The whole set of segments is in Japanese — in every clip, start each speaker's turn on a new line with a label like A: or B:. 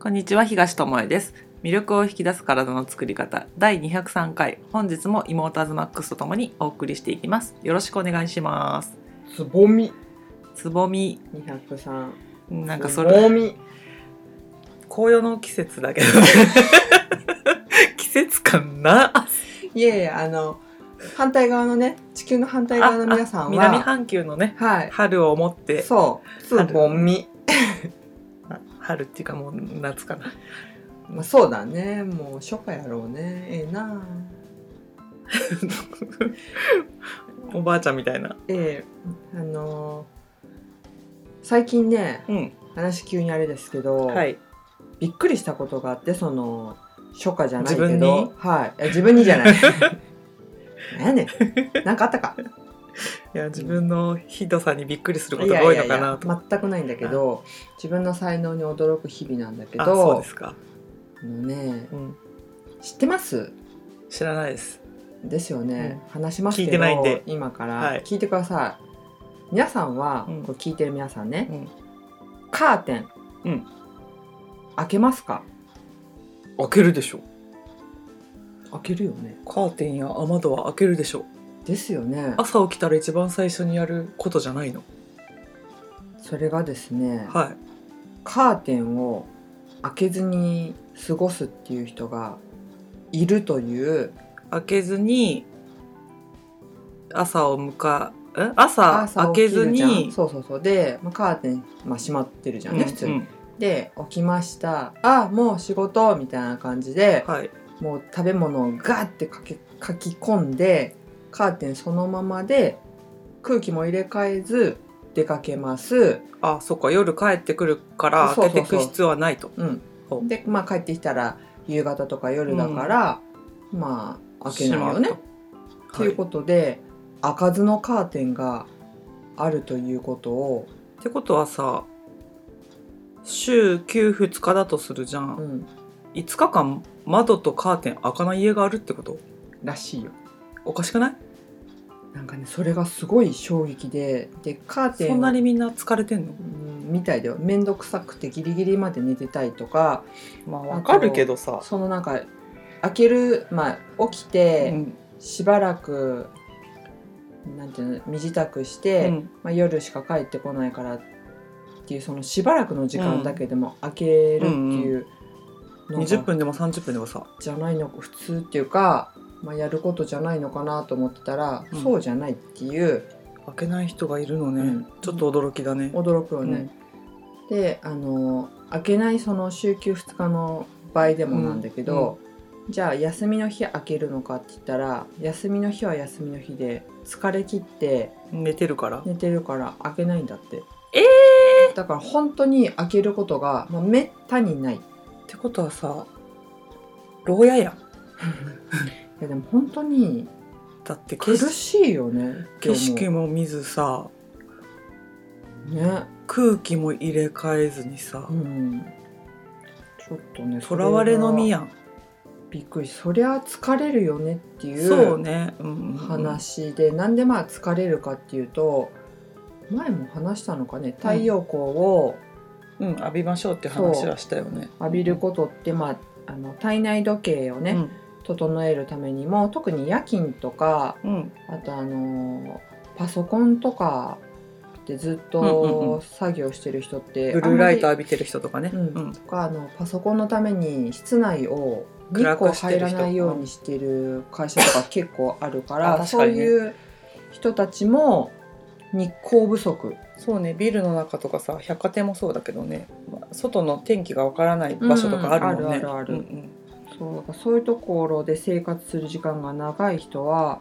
A: こんにちは東智恵です魅力を引き出す体の作り方第203回本日もイモーターズマックスとともにお送りしていきますよろしくお願いします
B: つぼみ
A: つぼみ
B: 203
A: な
B: なん
A: かそれ
B: み
A: 紅葉の季節だけど 季節感ない
B: えいえあの反対側のね地球の反対側の皆さ
A: ああ
B: ん
A: 南
B: は
A: 半球のね
B: はい
A: 春をもって
B: そうつぼみ、
A: あ春っていうかもう夏かな
B: まあ、そうだねもう初夏やろうねええな
A: おばあちゃんみたいな
B: ええあの最近ね
A: うん
B: 話急にあれですけど、
A: はい
B: びっくりしたことがあってその初夏じゃないけど
A: 自分に
B: はいいや自分にじゃない なんやねんなんかあったか
A: いや自分のひどさにびっくりすることが多いのかなと
B: やいや全くないんだけど自分の才能に驚く日々なんだけ
A: あそう
B: ど
A: ですか、
B: あのね
A: うん、
B: 知ってます
A: 知らないです
B: ですよね、話します
A: 聞い
B: け
A: て
B: ど
A: ないんで
B: 今か
A: は
B: ら
A: い
B: 聞いてください、皆さんは、
A: うん
B: これ聞いてる皆さんね、
A: うん
B: カーテン、
A: うん
B: 開けますか
A: 開けるでしょ
B: 開けるよね
A: カーテンや雨戸は開けるでしょ
B: ですよね
A: 朝起きたら一番最初にやることじゃないの
B: それがですね、
A: は
B: カーテンを開けずに過ごすっていう人がいるという
A: い開けずに朝を迎えん朝
B: 朝
A: 開けず
B: 起きるじゃん
A: に
B: そうそうそうで、まあ、カーテン、まあ、閉まってるじゃんね、普通
A: う
B: に
A: ん
B: で起きましたあもう仕事みたいな感じで、
A: はい
B: もう食べ物をガーってかけかき込んでカーテンそのままで空気も入れ替えず出かけます、
A: あそっか夜帰ってくるから
B: そう
A: 開
B: そうそ
A: け
B: う
A: てく必要はないとほ
B: うん、
A: う
B: で、まあ、帰ってきたら夕方とか夜だから、まあ開けないよ
A: 閉ま
B: ね
A: る
B: と、いうことで開かずのカーテンがあるということを、
A: とってことはさ週92日だとするじゃ
B: うんん、
A: 5日間窓とカーテン開かない家があるってこと
B: らしいよ。
A: おかしくない
B: なんかねそれがすごい衝撃ででカーテン
A: そんなにみんな疲れてんの
B: うんみたいだよ面倒くさくてギリギリまで寝てたいとか
A: まあ
B: わ
A: わ
B: か
A: か
B: る
A: る
B: け
A: けどさ、
B: そのなんか開ける、まあ、起きてしばらく、なんていうの身支度して、
A: うん
B: まあ、夜しか帰ってこないからっていうそのしばらくの時間だけでも開けるっていうのが
A: 20分でも30分でもさ
B: じゃないの普通っていうか、まあ、やることじゃないのかなと思ってたら、
A: うん
B: そうじゃないっていう、
A: 開けない人がいるのね、
B: うん
A: ちょっと驚きだね、
B: 驚くよね。であの開けないその週休2日の倍でもなんだけど、じゃあ休みの日開けるのかって言ったら休みの日は休みの日で疲れ切って
A: 寝てるから、
B: 寝てるから開けないんだって
A: え
B: だから本当に開けることが、まあ、めったにないい
A: ってことはさ牢屋やん
B: やでも本当に
A: だって景
B: 苦
A: 色
B: しいよね
A: 景色
B: も
A: も見ずさ
B: ね
A: 空気も入れ替えずにさ
B: うんちょっとね
A: とらわれのみやん
B: それはびっくりそりゃ疲れるよねっていう
A: そうね、うんうんうん、
B: 話で、なんでまあ疲れるかっていうと前も話したのかね太陽光を
A: うん、浴びましょうって話はしたよね
B: 浴びることって、まあ、あの体内時計をね、
A: うん
B: 整えるためにも特に夜勤とか
A: うん
B: あとあのパソコンとかでずっ
A: うんうんう
B: と作業してる人って、
A: ブルーライト浴びてる人とかね、
B: あんまりうん、とかあのパソコンのために室内を日
A: 暗
B: 光
A: くして
B: 入
A: る人
B: らないようにしてる会社とか結構あるから
A: あ確
B: そ
A: か
B: う
A: にね
B: いう人たちも日光不足
A: そうねビルの中とかさ百貨店もそうだけどねまあ外の天気がわからない場所とかあるもんね、
B: うんあるあるある
A: うんうん
B: そうだからそういうところで生活する時間が長い人は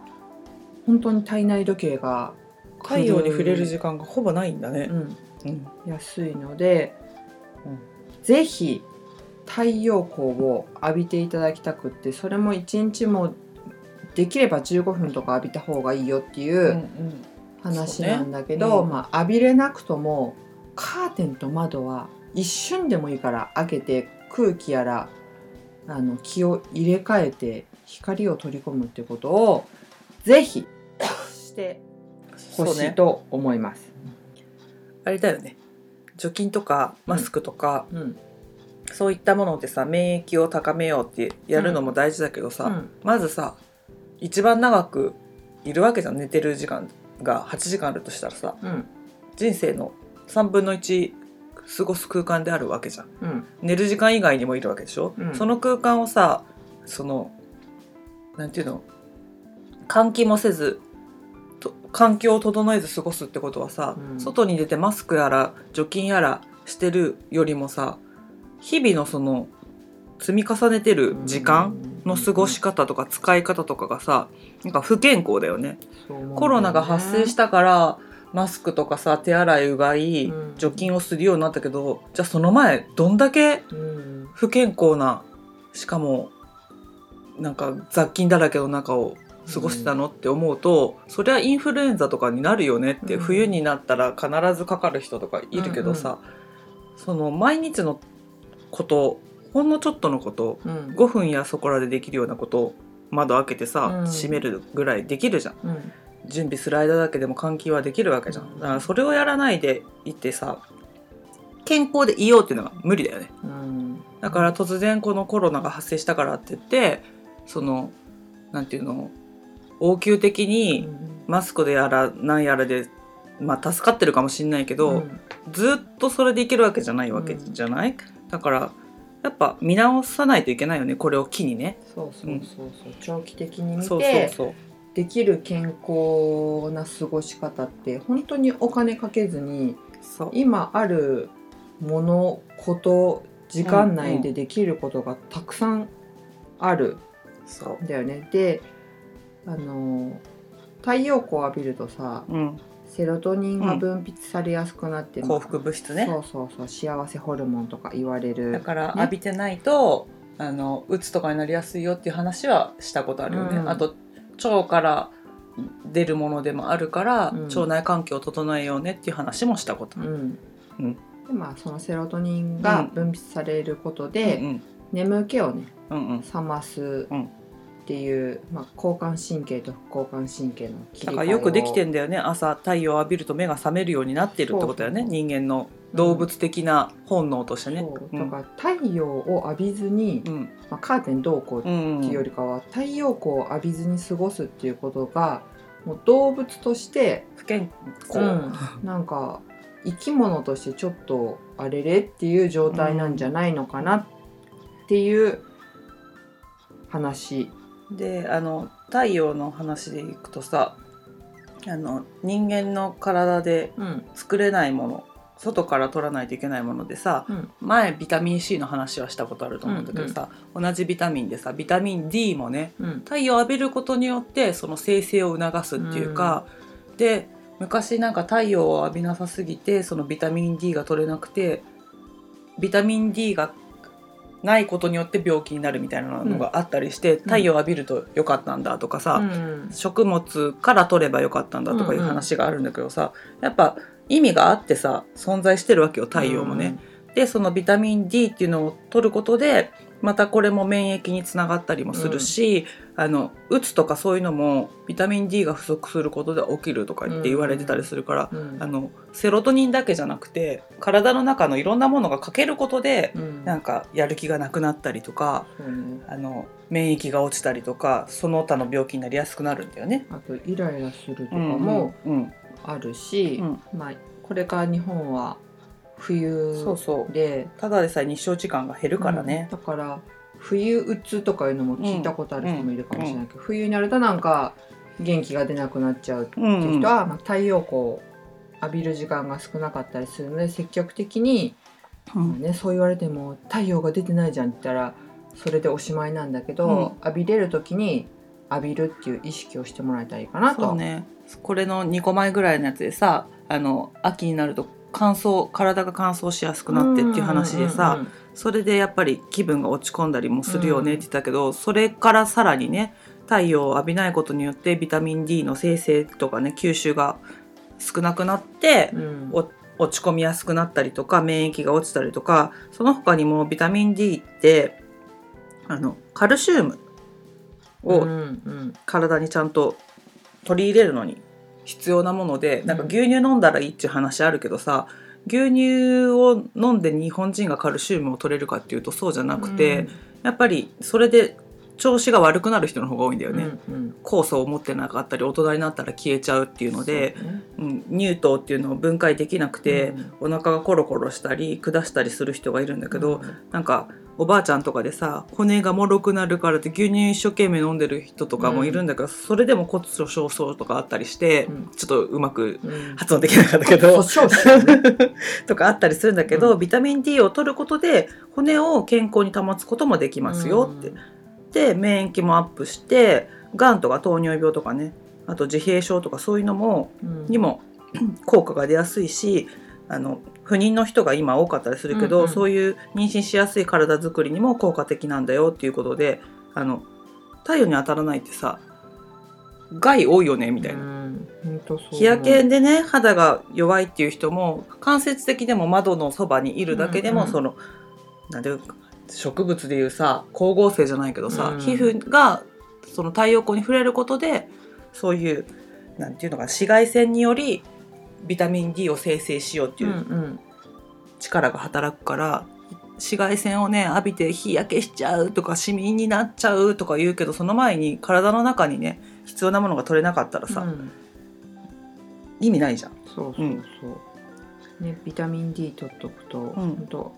B: 本当に体内時計が
A: 太陽に触れる時間がほぼないんだね
B: う、ん、
A: うん
B: 安いので、
A: うん
B: ぜひ太陽光を浴びていただきたくってそれも1日もできれば15分とか浴びた方がいいよってい
A: うんう
B: うん話
A: そうね
B: なんだけど、
A: うん
B: まあ、浴びれなくともカーテンと窓は一瞬でもいいから開けて空気やらあの気を入れ替えて光を取り込むってことをぜひしてほ
A: そう
B: し
A: ね
B: いと思います。
A: あれだよね除菌とかマスクとか、
B: うん
A: そういったものでさ免疫を高めようってやるのも大事だけどさ、
B: うん
A: まずさ一番長くいるわけじゃん寝てる時間が8時間あるとしたらさ
B: うん
A: 人生の3分の1過ごす空間であるわけじゃん
B: うん
A: 寝る時間以外にもいるわけでしょ、
B: うん
A: その空間をさそのなんていうの換気もせずと環境を整えず過ごすってことはさ、
B: うん
A: 外に出てマスクやら除菌やらしてるよりもさ日々のその積み重ねてる時間の過ごし方とか使い方とかがさなんか不健康だよね。コロナが発生したたからマスクとかさ手洗いうがい
B: うん
A: 除菌をするようになったけどじゃあその前どんだけ不健康なしかもなんか雑菌だらけの中を過ごしてたのって思うとそりゃインフルエンザとかになるよねって
B: うん
A: 冬になったら必ずかかる人とかいるけどさその毎日のことほんのちょっとのこと
B: うん
A: 5分やそこらでできるようなことを窓開けてさ、
B: うん
A: 閉めるぐらいできるじゃん
B: うん
A: 準備する間だけでも換気はできるわけじゃ
B: うん
A: んだからそれをやらないでいてさ健康でいようっていうのが無理だよね
B: うん
A: だから突然このコロナが発生したからって言ってそのなんていうの応急的
B: う
A: に
B: ん
A: マスクでやらなんやらでまあ助かってるかもしんないけど、
B: うん
A: ずっとそれでいけるわけじゃないわけじゃない、だからやっぱ見直さないといけないよねこれを機にね。
B: そうそうそうそう長期的に見
A: そうそう
B: て
A: そう
B: できる健康な過ごし方って本当にお金かけずに
A: そう
B: 今あるものこと時間内でできることがたくさんある
A: そ
B: んだよね。であの太陽光を浴びるとさ
A: う、うん、
B: セロトニンが分泌されやすくなって、
A: 幸福物質ね
B: そうそうそう幸せホルモンとか言われ
A: だ
B: る。
A: から
B: ね
A: 浴びてないと、あのうつとかになりやすいよっていう話はしたことあるよね、
B: うん
A: あと腸から出るものでもあるから、
B: うん
A: 腸内環境を整えようねっていう話もしたこと
B: う
A: ある、
B: ん
A: うん
B: でまあ、そのセロトニンが分泌されること
A: う
B: で、
A: ん
B: 眠気をね
A: うんうんうん
B: 冷ますっていう、まあ、交感神経と副交感神経の切
A: だ
B: り
A: から
B: 替えを
A: よくできてんだよね朝太陽を浴びると目が覚めるようになってるってことだよね
B: そう
A: 人間の動物的な本能としてね。
B: そう
A: う
B: だ
A: ん
B: から太陽を浴びずに、
A: うん
B: まあ、カーテンどうこうっ
A: う
B: て
A: ん
B: いうよりかは、太陽光を浴びずに過ごすっていうことがもう動物として、
A: 不健康、
B: うんなんか生き物としてちょっとあれれっていう状態なんじゃないのかなっていう話。
A: であの太陽の話でいくとさあの人間の体で
B: うん
A: 作れないもの外から取らないといけないものでさ
B: うん
A: 前ビタミン C の話はしたことあると思うんだけどさ、同じビタミンでさビタミン D もね
B: うん
A: 太陽を浴びることによってその生成を促すっていうか、で昔なんか太陽を浴びなさすぎてそのビタミン D が取れなくてビタミン D がないことによって病気になるみたいなのがあったりして、太陽を浴びると良かったんだとかさ、
B: うん
A: 食物から取ればよかったんだとかいう話があるんだけどさ、やっぱ意味があってさ存在してるわけよ太陽もね。でそのビタミン D っていうのを取ることでまたこれも免疫につながったりもするし、あのうつとかそういうのもビタミン D が不足することで起きるとかって言われてたりするから、
B: うんうん
A: あのセロトニンだけじゃなくて体の中のいろんなものが欠けることで、
B: うん
A: なんかやる気がなくなったりとか。
B: そうね
A: あの免疫が落ちたりとかその他の病気になりやすくなるんだよね。
B: あとイライラするとかも
A: うんうん
B: あるし、
A: うん
B: まあ、これから日本は冬
A: そうそう
B: で
A: ただでさえ日照時間が減るからね
B: う、んだから冬うつとかいうのも聞いたことある人もいるかもしれないけど、冬になるとなんか元気が出なくなっちゃうって
A: うん
B: いう人は、まあ、太陽光を浴びる時間が少なかったりするので積極的に、
A: うん
B: まあね、そう言われても太陽が出てないじゃんって言ったらそれでおしまいなんだけど、浴びれる時に浴びるっていう意識をしてもらえたらいいかなと。
A: そうねこれの2個前ぐらいのやつでさあの秋になると乾燥体が乾燥しやすくなってっていう話でさ、
B: うんうんうんうん
A: それでやっぱり気分が落ち込んだりもするよねって言ったけど、それからさらにね太陽を浴びないことによってビタミン D の生成とかね吸収が少なくなって、
B: うん
A: お落ち込みやすくなったりとか免疫が落ちたりとかその他にもビタミン D ってあのカルシウム
B: う
A: を
B: んうん
A: 体にちゃんと取り入れるのに必要なもので、
B: うん
A: なんか牛乳飲んだらいいっていう話あるけどさ牛乳を飲んで日本人がカルシウムを取れるかっていうとそうじゃなくて、やっぱりそれで調子が悪くなる人の方が多いんだよね、
B: うんうん
A: 酵素を持ってなかったり大人になったら消えちゃうっていうので
B: そうね
A: うん、乳糖っていうのを分解できなくて、お腹がコロコロしたり下したりする人がいるんだけど、なんかおばあちゃんとかでさ骨がもろくなるからって牛乳一生懸命飲んでる人とかもいるんだけど、それでも骨粗しょう症とかあったりして、
B: うん
A: ちょっとうまく
B: うんうん
A: 発音できなかったけ
B: そ
A: ど
B: うそうそうね
A: とかあったりするんだけど、
B: う
A: ビタミン D を取ることで骨を健康に保つこともできますよって。で免疫もアップしてがんとか糖尿病とかねあと自閉症とかそういうのも
B: うん
A: にも効果が出やすいしあの不妊の人が今多かったりするけど、
B: うんうん
A: そういう妊娠しやすい体づくりにも効果的なんだよっていうことであの太陽に当たらないってさ害多いよねみたいな。
B: うんほんとそう
A: 日焼けでね肌が弱いっていう人も間接的でも窓のそばにいるだけでも、
B: うんうん
A: そのなんていうか植物でいうさ光合成じゃないけどさ、
B: うん
A: 皮膚がその太陽光に触れることでそういうなんていうのかな紫外線によりビタミン D を生成しようって
B: う
A: い
B: ん
A: う
B: うん
A: 力が働くから、紫外線をね浴びて日焼けしちゃうとかシミになっちゃうとか言うけどその前に体の中にね必要なものが取れなかったらさ、
B: うん
A: 意味ないじゃん。
B: そうそうそう、ねビタミン D 取っとくと、ほ
A: ん
B: んと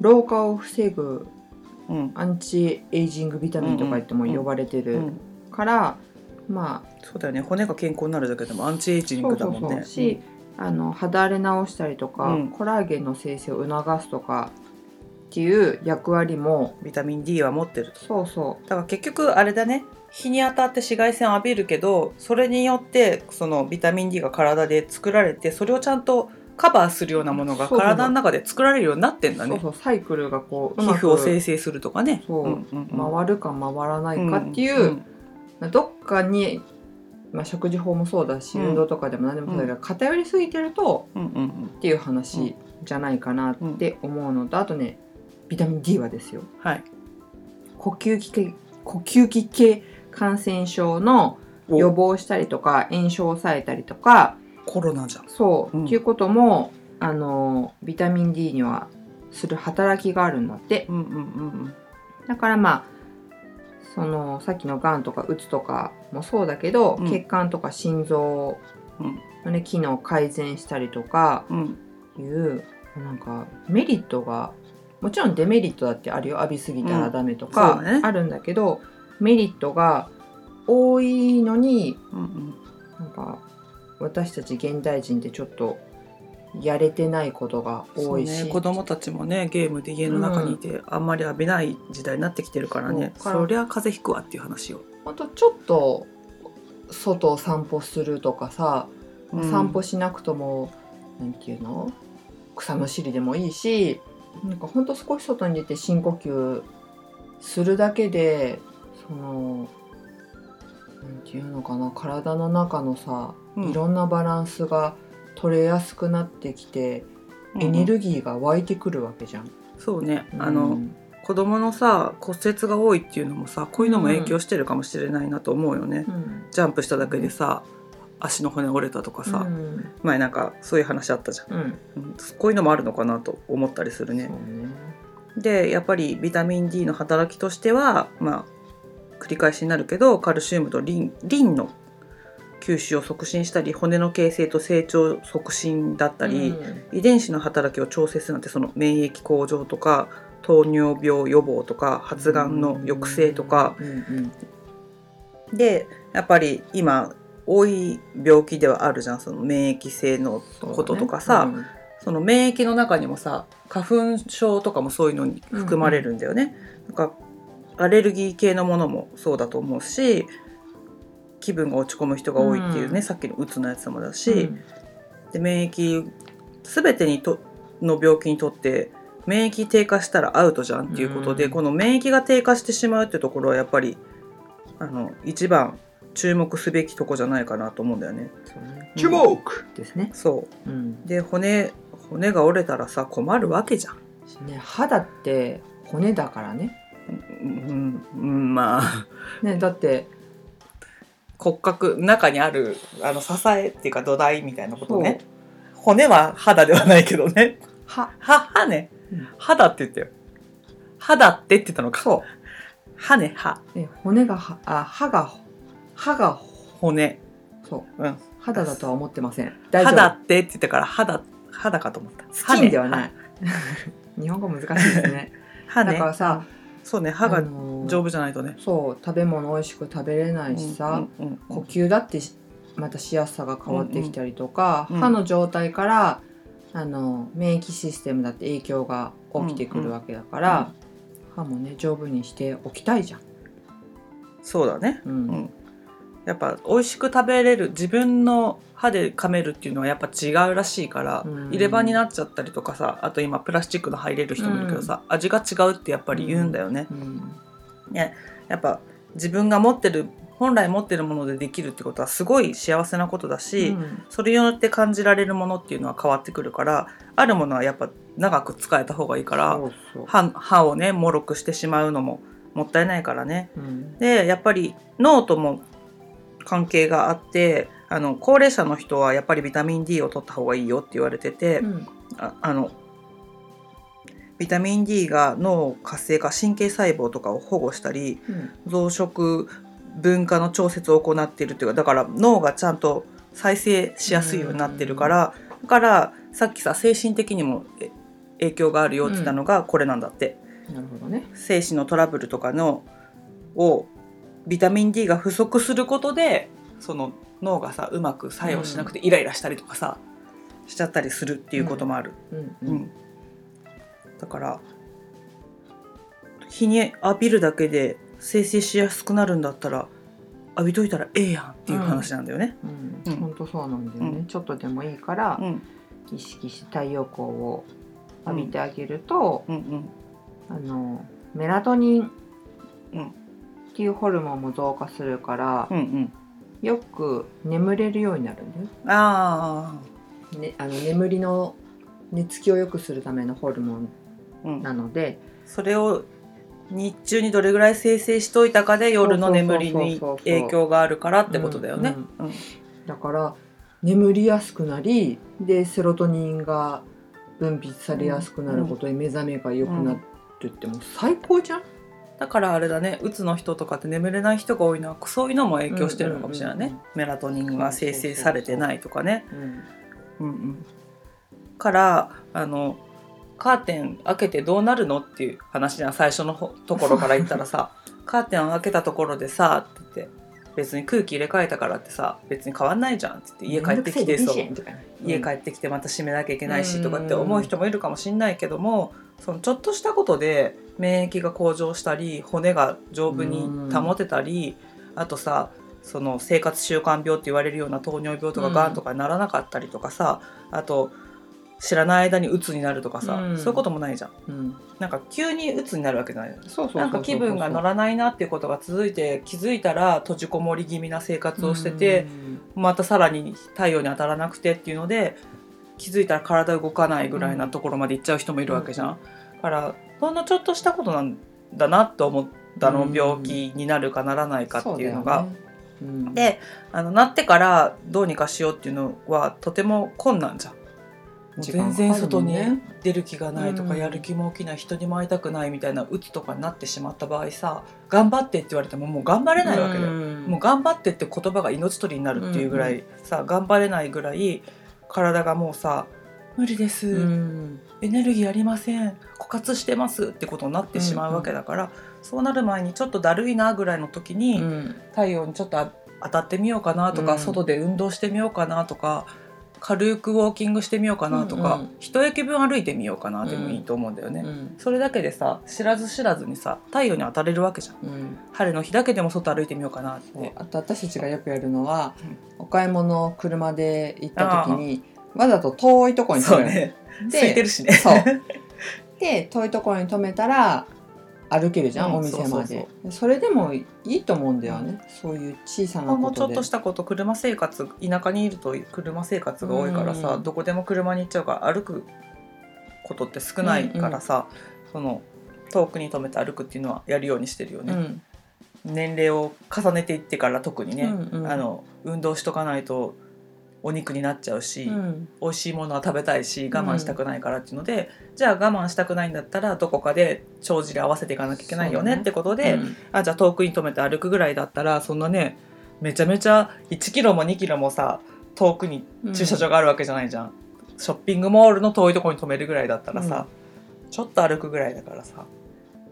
B: 老化を防ぐ
A: うん
B: アンチエイジングビタミンとか言っても呼ばれて
A: う
B: る
A: ん
B: から、まあ
A: そうだよね骨が健康になるだけでもアンチエイジン
B: そ
A: グ
B: う
A: だ
B: そう
A: もん
B: そう
A: ね。
B: し、あの肌荒れ直したりとか、
A: うん
B: コラーゲンの生成を促すとかっていう役割も
A: うんビタミン D は持ってる
B: そうそ
A: だから結局あれだね日に当たって紫外線を浴びるけどそれによってそのビタミン D が体で作られてそれをちゃんとカバーするようなものが
B: そうそう
A: 体の中で作られるようになってん
B: う,、
A: だ
B: そう
A: ね
B: そうサイクルがこうう
A: 皮
B: ま
A: 膚を
B: く
A: 生成するとかね
B: そう回るか回らないかっていう、
A: ん
B: まあどっかに、まあ、食事法もそうだし、
A: うん
B: 運動とかでも何でもそうだけど、偏りすぎてると
A: うんうん
B: っていう話じゃないかなって思うのと、あとねビタミン D はですよ
A: はい
B: 呼吸器系呼吸器系感染症の
A: お
B: 予防したりとか炎症を抑えたりとか
A: コロナじゃん
B: そう、
A: うん
B: っていうこともあのビタミン D にはする働きがあるんだって
A: うんうんうん
B: だからまあそのさっきのがんとかうつとかもそうだけど、
A: うん
B: 血管とか心臓の、ね、機能を改善したりとか
A: うんうん
B: いうなんかメリットがもちろんデメリットだってあるよ浴びすぎたらダメと
A: うん
B: か
A: そうね
B: あるんだけど、メリットが多いのに
A: うんうん
B: なんか私たち現代人ってちょっとやれてないことが
A: そ
B: 多
A: う
B: いし、
A: ね、子供たちもねゲームで家の中にいて、あんまり浴びない時代になってきてるからね
B: そう
A: そりゃ風邪ひくわっていう話を、
B: ほんとちょっと外を散歩するとかさ、散歩しなくともなんていうの草むしりでもいいしなんかほんと少し外に出て深呼吸するだけでそのなんていうのかな体の中のさ、
A: うん
B: いろんなバランスが取れやすくなってきて、
A: うん
B: エネルギーが湧いてくるわけじゃん。
A: そうね、
B: うん
A: あの子供のさ骨折が多いっていうのもさこういうのも影響してるかもしれないなと思うよね、
B: うん
A: ジャンプしただけでさ足の骨折れたとかさ、
B: うん
A: 前なんかそういう話あったじゃん、
B: うん
A: うんこういうのもあるのかなと思ったりするね
B: そうね
A: でやっぱりビタミン D の働きとしてはまあ繰り返しになるけどカルシウムとリンリンの吸収を促進したり骨の形成と成長促進だったり、
B: うん
A: 遺伝子の働きを調整するなんてその免疫向上とか糖尿病予防とか発がんの抑制とか、
B: うんうん
A: でやっぱり今多い病気ではあるじゃんその免疫性のこととかさ、
B: そうだね
A: その免疫の中にもさ花粉症とかもそういうのに含まれるんだよね。なんかアレルギー系のものもそうだと思うし気分が落ち込む人が多いっていうね、
B: うん
A: さっきのうつのやつもだし、
B: うん
A: で免疫全てにとの病気にとって免疫低下したらアウトじゃんっていうことで、
B: うん
A: この免疫が低下してしまうってところはやっぱりあの一番注目すべきとこじゃないかなと思うんだよね。
B: そうね
A: 注目
B: ですね。
A: そう
B: うん
A: で骨骨が折れたらさ困るわけじゃん。
B: ね、肌って骨だからね
A: うん、うんまあ
B: ねだって
A: 骨格中にあるあの支えっていうか土台みたいなことね
B: そう
A: 骨は肌ではないけどね。
B: は
A: は、歯ね
B: うん。
A: 肌って言ったよ。肌ってって言ったのか。
B: そう
A: 歯ね、歯。
B: で骨がはあ歯が歯が
A: 骨。
B: そう
A: うん。
B: 肌だとは思ってません大丈夫
A: 肌ってって言ったから、肌、肌かと思った。
B: スキンではない
A: い。
B: 日本語難しいですね
A: 歯
B: だ
A: ね
B: か。らさ
A: そうね、歯
B: あ
A: が
B: のー
A: 丈夫じゃないとね。
B: そう食べ物美味しく食べれないしさ、
A: うんうんうん
B: 呼吸だってしまたしやすさが変わってきたりとか、
A: うんうん
B: 歯の状態からあの免疫システムだって影響が起きてくるわけだから、歯もね丈夫にしておきたいじゃん。
A: そうだね。
B: うん
A: うんやっぱ美味しく食べれる自分の歯で噛めるっていうのはやっぱ違うらしいから、
B: うん
A: 入れ歯になっちゃったりとかさあと今プラスチックの入れる人もいるけどさ、味が違うってやっぱり言うんだよね、
B: うん
A: やっぱ自分が持ってる本来持ってるものでできるってことはすごい幸せなことだし、
B: うん
A: それによって感じられるものっていうのは変わってくるからあるものはやっぱ長く使えた方がいいから
B: そうそう
A: 歯歯をねもろくしてしまうのももったいないからね。
B: うん
A: でやっぱり脳とも関係があってあの高齢者の人はやっぱりビタミン D を取った方がいいよって言われてて、
B: うん
A: ああのビタミン D が脳を活性化神経細胞とかを保護したり
B: うん
A: 増殖分化の調節を行っているというかだから脳がちゃんと再生しやすいようになってるから、だからさっきさ精神的にもえ影響があるよって言ったのがこれなんだって。
B: なるほどね。
A: 精子のトラブルとかのをビタミン D が不足することでその脳がさうまく作用しなくてイライラしたりとかさ、しちゃったりするっていうこともある、
B: うん
A: うんだから日に浴びるだけで生成しやすくなるんだったら浴びといたらええやんっていう話なんだよね。
B: うん
A: うん
B: 本当そうなんだよね、
A: うん
B: ちょっとでもいいから
A: うん
B: 意識して太陽光を浴びてあげると、
A: うんうん
B: あのメラトニン
A: うん
B: っていうホルモンも増加するから
A: う、ん
B: よく眠れるようになるんだよ
A: うん、ああ、
B: ねあの眠りの寝つきを良くするためのホルモン
A: うん、
B: なので
A: それを日中にどれぐらい生成しといたかで夜の眠りに
B: そうそうそうそう
A: 影響があるからってことだよね。うん
B: だから眠りやすくなりでセロトニンが分泌されやすくなることで目覚めが良くなるってってもう最高じゃん、
A: だからあれだねうつの人とかって眠れない人が多いのはそういうのも影響してるのかもしれないね、
B: うんうんうん
A: メラトニンが生成されてないとかね。
B: うん
A: うんうん、からあのカーテン開けてどうなるのっていう話じゃん最初のほところから言ったらさカーテンを開けたところでさって言って別に空気入れ替えたからってさ別に変わんないじゃんって言って家帰ってきてそう。
B: めんどくさい電子
A: 家
B: 炎と
A: 帰
B: かね
A: ってきてまた閉めなきゃいけないしとかって思う人もいるかもしんないけども、そのちょっとしたことで免疫が向上したり骨が丈夫に保てたり、あとさその生活習慣病って言われるような糖尿病とか
B: うん
A: がんとかにならなかったりとかさ、あと知らない間にうつになるとかさ、
B: うん
A: そういうこともないじゃん。
B: うんうん
A: なんか急にうつになるわけじゃない
B: そうそうそうそう
A: なんか気分が乗らないなっていうことが続いて気づいたら閉じこもり気味な生活をしてて、
B: うん
A: またさらに太陽に当たらなくてっていうので気づいたら体動かないぐらいなところまで行っちゃう人もいるわけじゃん。だからほんのちょっとしたことなんだなって思ったの、
B: うん
A: 病気になるかならないかっていうのが。
B: そうだよねうん
A: であのなってからどうにかしようっていうのはとても困難じゃん。
B: 時間
A: 全
B: かかるもんね
A: 然外に出る気がないとか、
B: うん
A: やる気も起きない人にも会いたくないみたいな鬱とかになってしまった場合さ頑張ってって言われてももう頑張れないわけだよ。
B: うん
A: もう頑張ってって言葉が命取りになるっていうぐらい、
B: うん
A: さ頑張れないぐらい体がもうさ「無理です、
B: うん
A: エネルギーありません枯渇してます」ってことになってしまうわけだから、そうなる前にちょっとだるいなぐらいの時に、
B: うん
A: 太陽にちょっとあ当たってみようかなとか、
B: うん
A: 外で運動してみようかなとか軽くウォーキングしてみようかなとか、
B: うんうん
A: 一駅分歩いてみようかなでもいいと思うんだよね。
B: うん
A: それだけでさ知らず知らずにさ太陽に当たれるわけじゃん
B: うん
A: 晴れの日だけでも外歩いてみようかなっ
B: そう
A: て
B: あと私たちがよくやるのは、お買い物を車で行った時にわざと遠いところに
A: そ
B: 止
A: う
B: める
A: ね
B: で
A: 空いてるしね
B: そうで遠いところに止めたら歩けるじゃん、
A: うん
B: お店まで
A: そうそう
B: それでもいいと思うんだよね、そういう小さな
A: ほん
B: こ
A: のちょ
B: と
A: っ
B: で
A: としたこと車生活田舎にいると車生活が多いからさ、
B: うん
A: どこでも車に行っちゃうから歩くことって少ないからさ、その遠くに止めて歩くっていうのはやるようにしてるよ
B: う
A: ね、
B: ん
A: 年齢を重ねていってから特にね、
B: うんうん
A: あの運動しとかないとお肉になっちゃうし、
B: うん
A: 美味しいものは食べたいし我慢したくないからっていうので、じゃあ我慢したくないんだったらどこかで帳尻合わせていかなきゃいけないよね
B: そうね
A: ってことで、あじゃあ遠くに止めて歩くぐらいだったらそんなねめちゃめちゃ1キロも2キロもさ遠くに
B: うん
A: 駐車場があるわけじゃないじゃん、ショッピングモールの遠いところに止めるぐらいだったらさ、ちょっと歩くぐらいだからさ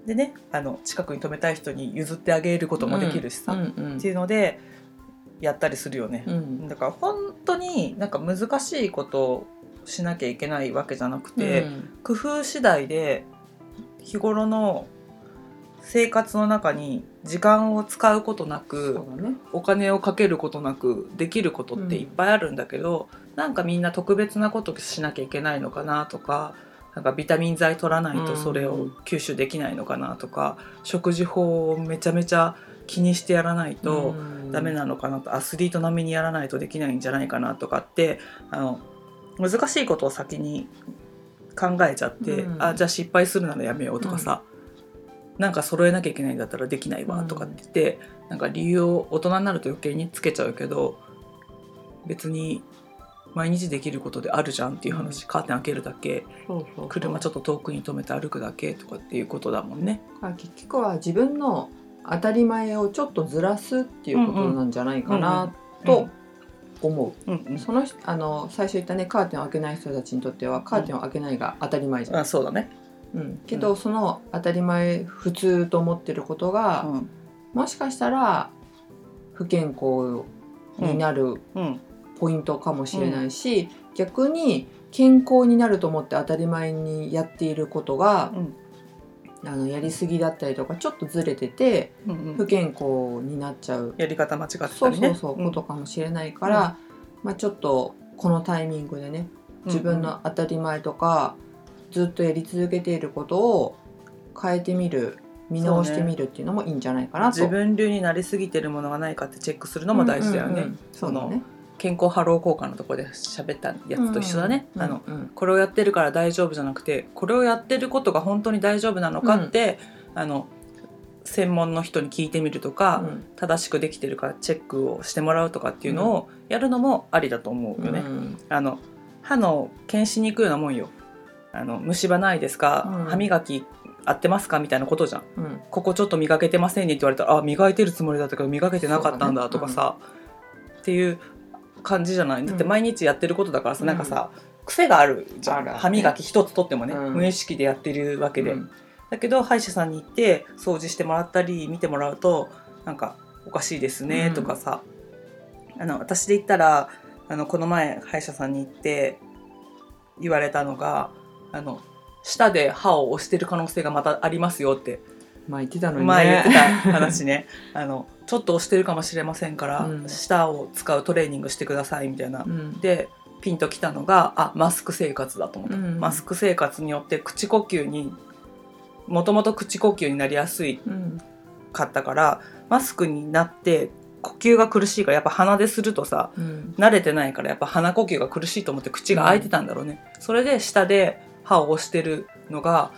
A: でねあの近くに止めたい人に譲ってあげることもできるしさ、
B: うん
A: っ
B: うん
A: ていうのでやったりするよね。
B: うん
A: だから本当になんか難しいことをしなきゃいけないわけじゃなくて、
B: うん
A: 工夫次第で日頃の生活の中に時間を使うことなく
B: そうだね
A: お金をかけることなくできることっていっぱいあるんだけど、なんかみんな特別なことしなきゃいけないのかなとか。なんかビタミン剤取らないとそれを吸収できないのかなとか、食事法をめちゃめちゃ気にしてやらないと、
B: うん
A: ダメなのかなとアスリート並みにやらないとできないんじゃないかなとかってあの難しいことを先に考えちゃって、
B: うん
A: あじゃあ失敗するならやめようとかさ、なんか揃えなきゃいけないんだったらできないわとかって言って、なんか理由を大人になると余計につけちゃうけど別に毎日できることであるじゃんっていう話、カーテン開けるだけ
B: そうそうそう
A: 車ちょっと遠くに止めて歩くだけとかっていうことだもんね。
B: まあ結局は自分の当たり前をちょっとずらすっていうことなんじゃないかなと思う。
A: うんうん
B: その人あの最初言ったねカーテンを開けない人たちにとってはカーテンを開けないが当たり前じゃん、
A: あそうだね、
B: うん、けどその当たり前普通と思ってることが、
A: うん
B: もしかしたら不健康になる
A: うん
B: ポイントかもしれないし、逆に健康になると思って当たり前にやっていることが
A: う、ん
B: あのやりすぎだったりとかちょっとずれてて
A: うんうん
B: 不健康になっちゃう
A: やり方間違って
B: そ
A: た
B: う
A: り
B: そ
A: ね
B: うそうことかもしれないから、まあ、ちょっとこのタイミングでね
A: うん
B: 自分の当たり前とか、ずっとやり続けていることを変えてみる見直してみるっていうのもいいんじゃないかなと。
A: 自分流になりすぎてるものがないかってチェックするのも大事だよね、
B: うんうんうんそうだね。
A: 健康ハロー効果のところで喋ったやつと一緒だね、
B: うんうん
A: あの
B: うんうん
A: これをやってるから大丈夫じゃなくてこれをやってることが本当に大丈夫なのかって、あの専門の人に聞いてみるとか、
B: うん
A: 正しくできてるかチェックをしてもらうとかっていうのをやるのもありだと思うよね。
B: うん
A: あの歯の検診に行くようなもんよ。あの虫歯ないですか、
B: うん
A: 歯磨き合ってますかみたいなことじゃん。
B: うん
A: ここちょっと磨けてませんねって言われたらあ磨いてるつもりだったけど磨けてなかったんだとかさ、っていう感じじゃないだって
B: うん
A: 毎日やってることだからさ、
B: うん
A: なんかさ癖があるじゃ
B: あ
A: ん、
B: るある
A: 歯磨き一つとってもね、
B: うん
A: 無意識でやってるわけで、
B: うん
A: だけど歯医者さんに行って掃除してもらったり見てもらうとなんかおかしいですねとかさ、あの私で言ったらあのこの前歯医者さんに行って言われたのがあの舌で歯を押してる可能性がまたありますよって
B: まあ言ってたのにね。
A: 前言ってた話ね あのちょっと押してるかもしれませんから、
B: うん
A: 舌を使うトレーニングしてくださいみたいな
B: う。ん
A: でピンときたのがあマスク生活だと思った、
B: うん
A: マスク生活によって口呼吸にもともと口呼吸になりやすい
B: うん
A: かったからマスクになって呼吸が苦しいからやっぱ鼻でするとさ
B: うん
A: 慣れてないからやっぱ鼻呼吸が苦しいと思って口が開いてたんだろうね、それで下で歯を押してるのが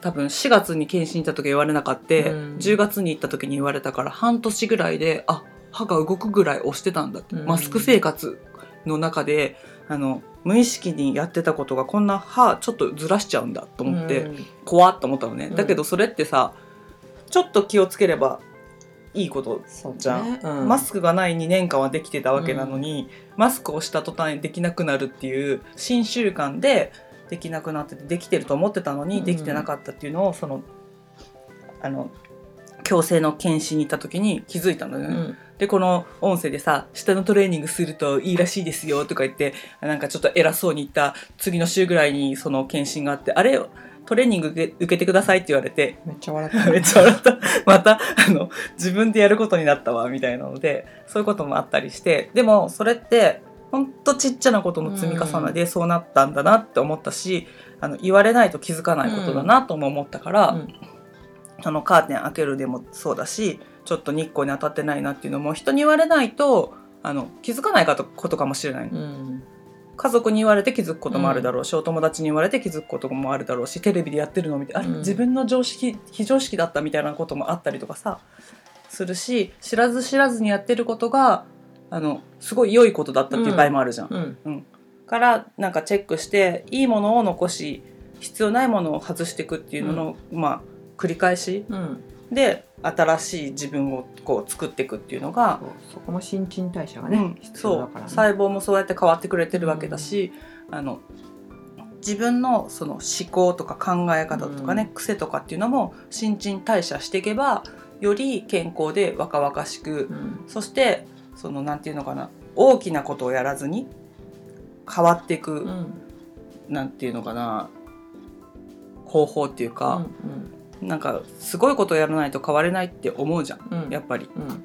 A: 多分4月に検診行った時言われなかった、
B: うん
A: 10月に行った時に言われたから半年ぐらいであ歯が動くぐらい押してたんだって、
B: うん
A: マスク生活の中であの無意識にやってたことがこんな歯ちょっとずらしちゃうんだと思って、
B: うん
A: 怖っと思ったのね、
B: うん
A: だけどそれってさちょっと気をつければいいこと
B: そう
A: じゃん
B: ねうん
A: マスクがない2年間はできてたわけなのに、マスクをした途端にできなくなるっていう新習慣でできなくなっててできてると思ってたの
B: う
A: に
B: ん
A: できてなかったっていうのをそのあの強制の検診に行った時に気づいたんだよ
B: う
A: ね。
B: ん
A: でこの音声でさ「下のトレーニングするといいらしいですよ」とか言ってなんかちょっと偉そうに言った次の週ぐらいにその検診があって「あれトレーニング受け受けてください」って言われて
B: めっちゃ笑っ た。
A: めっちゃ笑った。また、あの、自分でやることになったわ、みたいなので、そういうこともあったりして、でも、それって、ほんとちっちゃなことの積み重ねでそうなったんだなって思ったし、あの、言われないと気づかないことだなとも思ったから、
B: うん
A: そのカーテン開けるでもそうだし、ちょっと日光に当たってないなっていうのも人に言われないと、あの、気づかないかとことかもしれない。
B: うん
A: 家族に言われて気づくこともあるだろうし、お友達に言われて気づくこともあるだろうしテレビでやってるのを見てあれ、
B: うん
A: 自分の常識非常識だったみたいなこともあったりとかさするし知らず知らずにやってることがああのすごい良いことだったっていう場合もあるじゃん。
B: うん
A: からなんかチェックしていいものを残し必要ないものを外していくっていうのの、まあ繰り返し
B: うん
A: で新しい自分をこう作っていくっていうのが、
B: そうそこも新陳代謝がね、
A: うん
B: 必要
A: そ
B: だ
A: う
B: から、ね、
A: 細胞もそうやって変わってくれてるわけだし、あの自分のその思考とか考え方とかね、癖とかっていうのも新陳代謝していけばより健康で若々しく、
B: うん
A: そしてそのなんていうのかな大きなことをやらずに変わっていく、
B: うん
A: なんていうのかな方法っていう
B: う
A: か、
B: ん
A: なんかすごいことをやらないと変われないって思うじゃん
B: うん
A: やっぱり
B: うん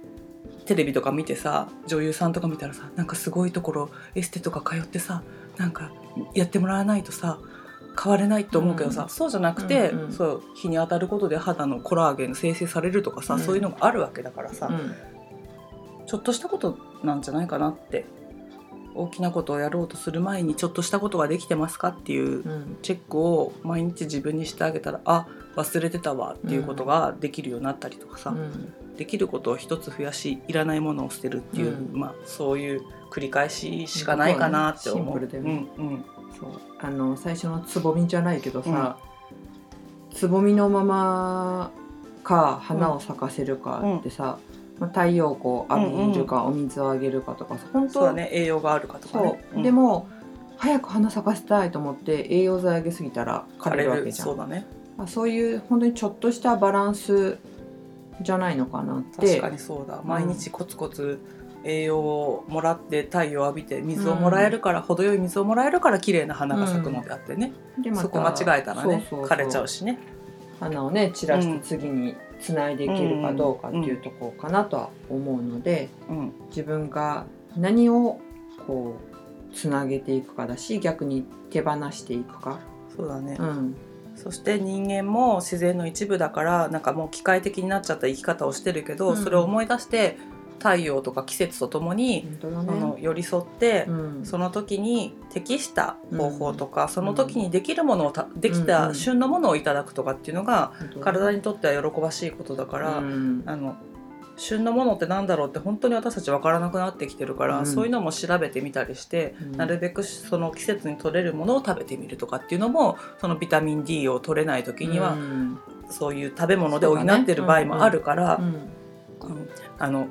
A: テレビとか見てさ女優さんとか見たらさなんかすごいところエステとか通ってさなんかやってもらわないとさ変われないって思うけどさ、
B: うん
A: そうじゃなくて、
B: うんうん
A: そう日に当たることで肌のコラーゲン生成されるとかさ、
B: うん
A: そういうのがあるわけだからさ、
B: うん
A: ちょっとしたことなんじゃないかなって大きなことをやろうとする前にちょっとしたことができてますかっていう
B: うん
A: チェックを毎日自分にしてあげたらあ忘れてたわっていうことができるようになったりとかさ、
B: うん
A: できることを一つ増やしいらないものを捨てるっていう、
B: う
A: まあそういう繰り返ししかないかなって思う。
B: シンプルだよね
A: うんうん
B: そうあの最初のつぼみじゃないけどさ、つぼみのままか花を咲かせるかってさ、まあ、太陽光浴びるか、お水をあげるかとかさ本当
A: そうだね栄養があるかとか
B: そ
A: ね。
B: う、
A: ん
B: でも早く花咲かせたいと思って栄養剤あげすぎたら枯
A: 枯
B: れ
A: れ
B: るわ
A: る
B: けじゃん
A: そうだね
B: まあ、そういう本当にちょっとしたバランスじゃないのかなって
A: 確かにそうだ毎日コツコツ栄養をもらって太陽を浴びて水をもらえるから、程よい水をもらえるから綺麗な花が咲くのであってね、
B: でまた
A: そこ間違えたらね
B: そうそうそ
A: 枯
B: う
A: れちゃうしね。
B: 花をね散らして次につないでいけるかどうかっていうところかなとは思うので
A: うん
B: 自分が何をこうつなげていくかだし逆に手放していくか、
A: そうだね、
B: うん
A: そして人間も自然の一部だからなんかもう機械的になっちゃった生き方をしてるけど、
B: うん
A: それを思い出して太陽とか季節とともに、
B: 本当
A: そ
B: だ
A: の
B: ね、
A: 寄り添って、
B: うん、
A: その時に適した方法とか、その時にできるものをたでき
B: うんう
A: た
B: ん
A: 旬のものをいただくとかっていうのが
B: 本当だね
A: 体にとっては喜ばしいことだから、
B: うん
A: あの旬のものってなんだろうって本当に私たち分からなくなってきてるから、
B: うん
A: そういうのも調べてみたりして、
B: うん
A: なるべくその季節に取れるものを食べてみるとかっていうのもそのビタミン D を取れない時には、
B: うん
A: そういう食べ物で補ってる場合もあるから、
B: うん
A: うんあの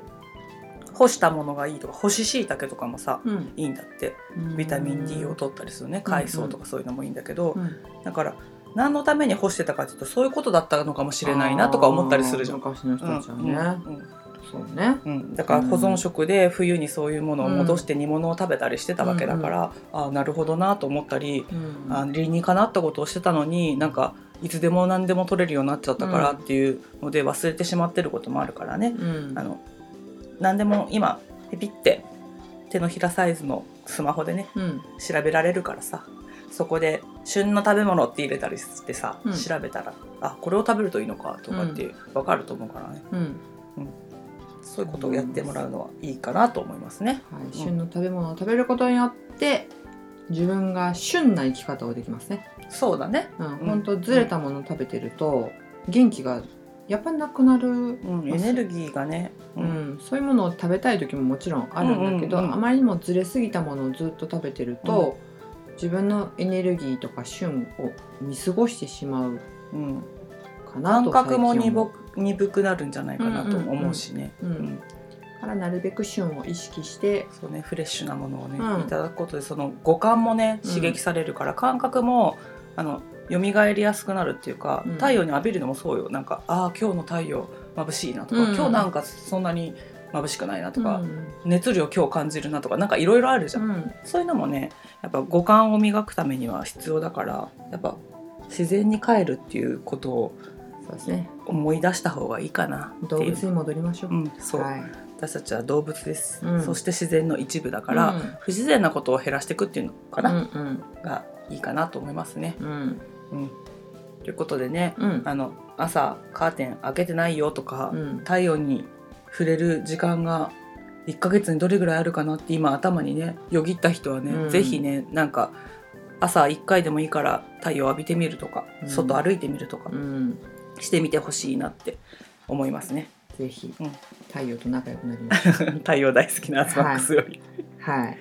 A: 干したものがいいとか干し椎茸とかもさ
B: うん
A: いいんだってビタミン D を取ったりするね海藻とかそういうのもいいんだけど、
B: うん
A: だから何のために干してたかっていうとそういうことだったのかもしれないなとか思ったりするじゃん。
B: あー昔の人たちはね、
A: うんうん
B: そうね
A: うん、だから保存食で冬にそういうものを戻して煮物を食べたりしてたわけだから、ああなるほどなと思ったり、
B: うん
A: あ理にかなったことをしてたのになんかいつでも何でも取れるようになっちゃったから
B: うん
A: っていうので忘れてしまってることもあるからね、
B: うん
A: あの何でも今ピピって手のひらサイズのスマホでね
B: うん
A: 調べられるからさそこで旬の食べ物って入れたりしてさ、
B: うん
A: 調べたらあこれを食べるといいのかとかって分かると思うからね。
B: うん
A: そういうことをやってもらうのはいいかなと思いますね。
B: はい、旬の食べ物を食べることによって自分が旬な生き方をできますね、
A: そうだね。
B: うん、本当ずれたものを食べてると元気がやっぱなくなる、
A: うん、エネルギーがね。
B: う
A: うん
B: ん、そういうものを食べたい時ももちろんあるんだけど、
A: うんうんうん
B: あまりにもずれすぎたものをずっと食べてると、自分のエネルギーとか旬を見過ごしてしまう
A: うん、
B: かな
A: 感
B: と
A: 覚も
B: 最近
A: 鈍
B: 思う
A: く鈍くなるんじゃないかなと思うしね。
B: うんうんうんだからなるべく旬を意識して
A: そうね、フレッシュなものをね、
B: うん
A: いただくことで、その五感もね、
B: うん
A: 刺激されるから、感覚も。あの、蘇りやすくなるっていうか、
B: うん
A: 太陽に浴びるのもそうよ、なんか、ああ、今日の太陽眩しいなとか、
B: うん
A: 今日なんかそんなに眩しくないなとか。
B: うん
A: 熱量今日感じるなとか、なんかいろいろあるじゃん
B: うん
A: そういうのもねやっぱ五感を磨くためには必要だからやっぱ自然に帰るっていうことを
B: そうですね
A: 思い出した方がいいかなって
B: 動
A: い
B: 物
A: う
B: に戻りましょう、
A: うん、そう、
B: はい、
A: 私たちは動物です、
B: うん
A: そして自然の一部だから、
B: うん
A: 不自然なことを減らしていくっていうのかな、
B: うん
A: がいいかなと思いますね。
B: うんうん
A: うん、ということでね
B: うん
A: あの朝カーテン開けてないよとか、
B: うん
A: 太陽に触れる時間が1ヶ月にどれぐらいあるかなって今頭にねよぎった人はね、
B: うん
A: ぜひねなんか朝1回でもいいから太陽浴びてみるとか、
B: うん
A: 外歩いてみるとか
B: うん
A: してみてほしいなって思いますね。
B: ぜひ
A: うん
B: 太陽と仲良くなりましょう。
A: 太陽大好きなアスマックスより。
B: はい。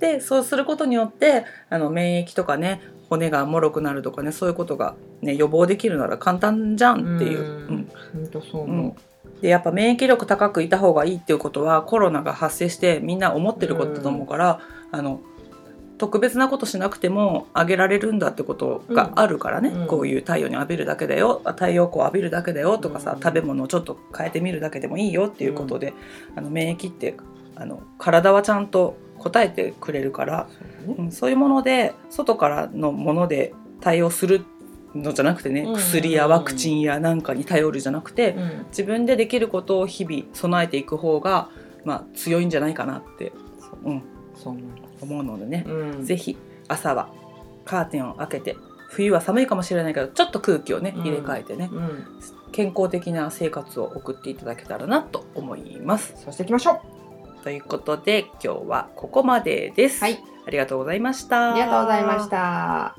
A: でそうすることによってあの免疫とかね骨が脆くなるとかねそういうことが、ね、予防できるなら簡単じゃんっていう。うん
B: ん。本当そう思
A: でやっぱ免疫力高くいた方がいいっていうことはコロナが発生してみんな思ってることだと思うから、あの特別なことしなくてもあげられるんだってことがあるからね、
B: うんうん
A: こういう太陽に浴びるだけだよあ太陽光浴びるだけだよとかさ、
B: うん
A: 食べ物をちょっと変えてみるだけでもいいよっていうことで、あの免疫ってあの体はちゃんと応えてくれるから
B: う。、そうだね
A: うん、そういうもので外からのもので対応するのじゃなくてね、
B: うん
A: 薬やワクチンやなんかに頼るじゃなくて、
B: うん。
A: 自分でできることを日々備えていく方が、まあ、強いんじゃないかなって、うん、
B: そう思いま
A: 思うのでね
B: す。、うん。
A: ぜひ朝はカーテンを開けて冬は寒いかもしれないけどちょっと空気をね
B: うん
A: 入れ替えてね、
B: うん。
A: 健康的な生活を送っていただけたらなと思います。
B: そうしていきましょう。
A: ということで今日はここまでです。
B: はい。
A: ありがとうございました。
B: ありがとうございました。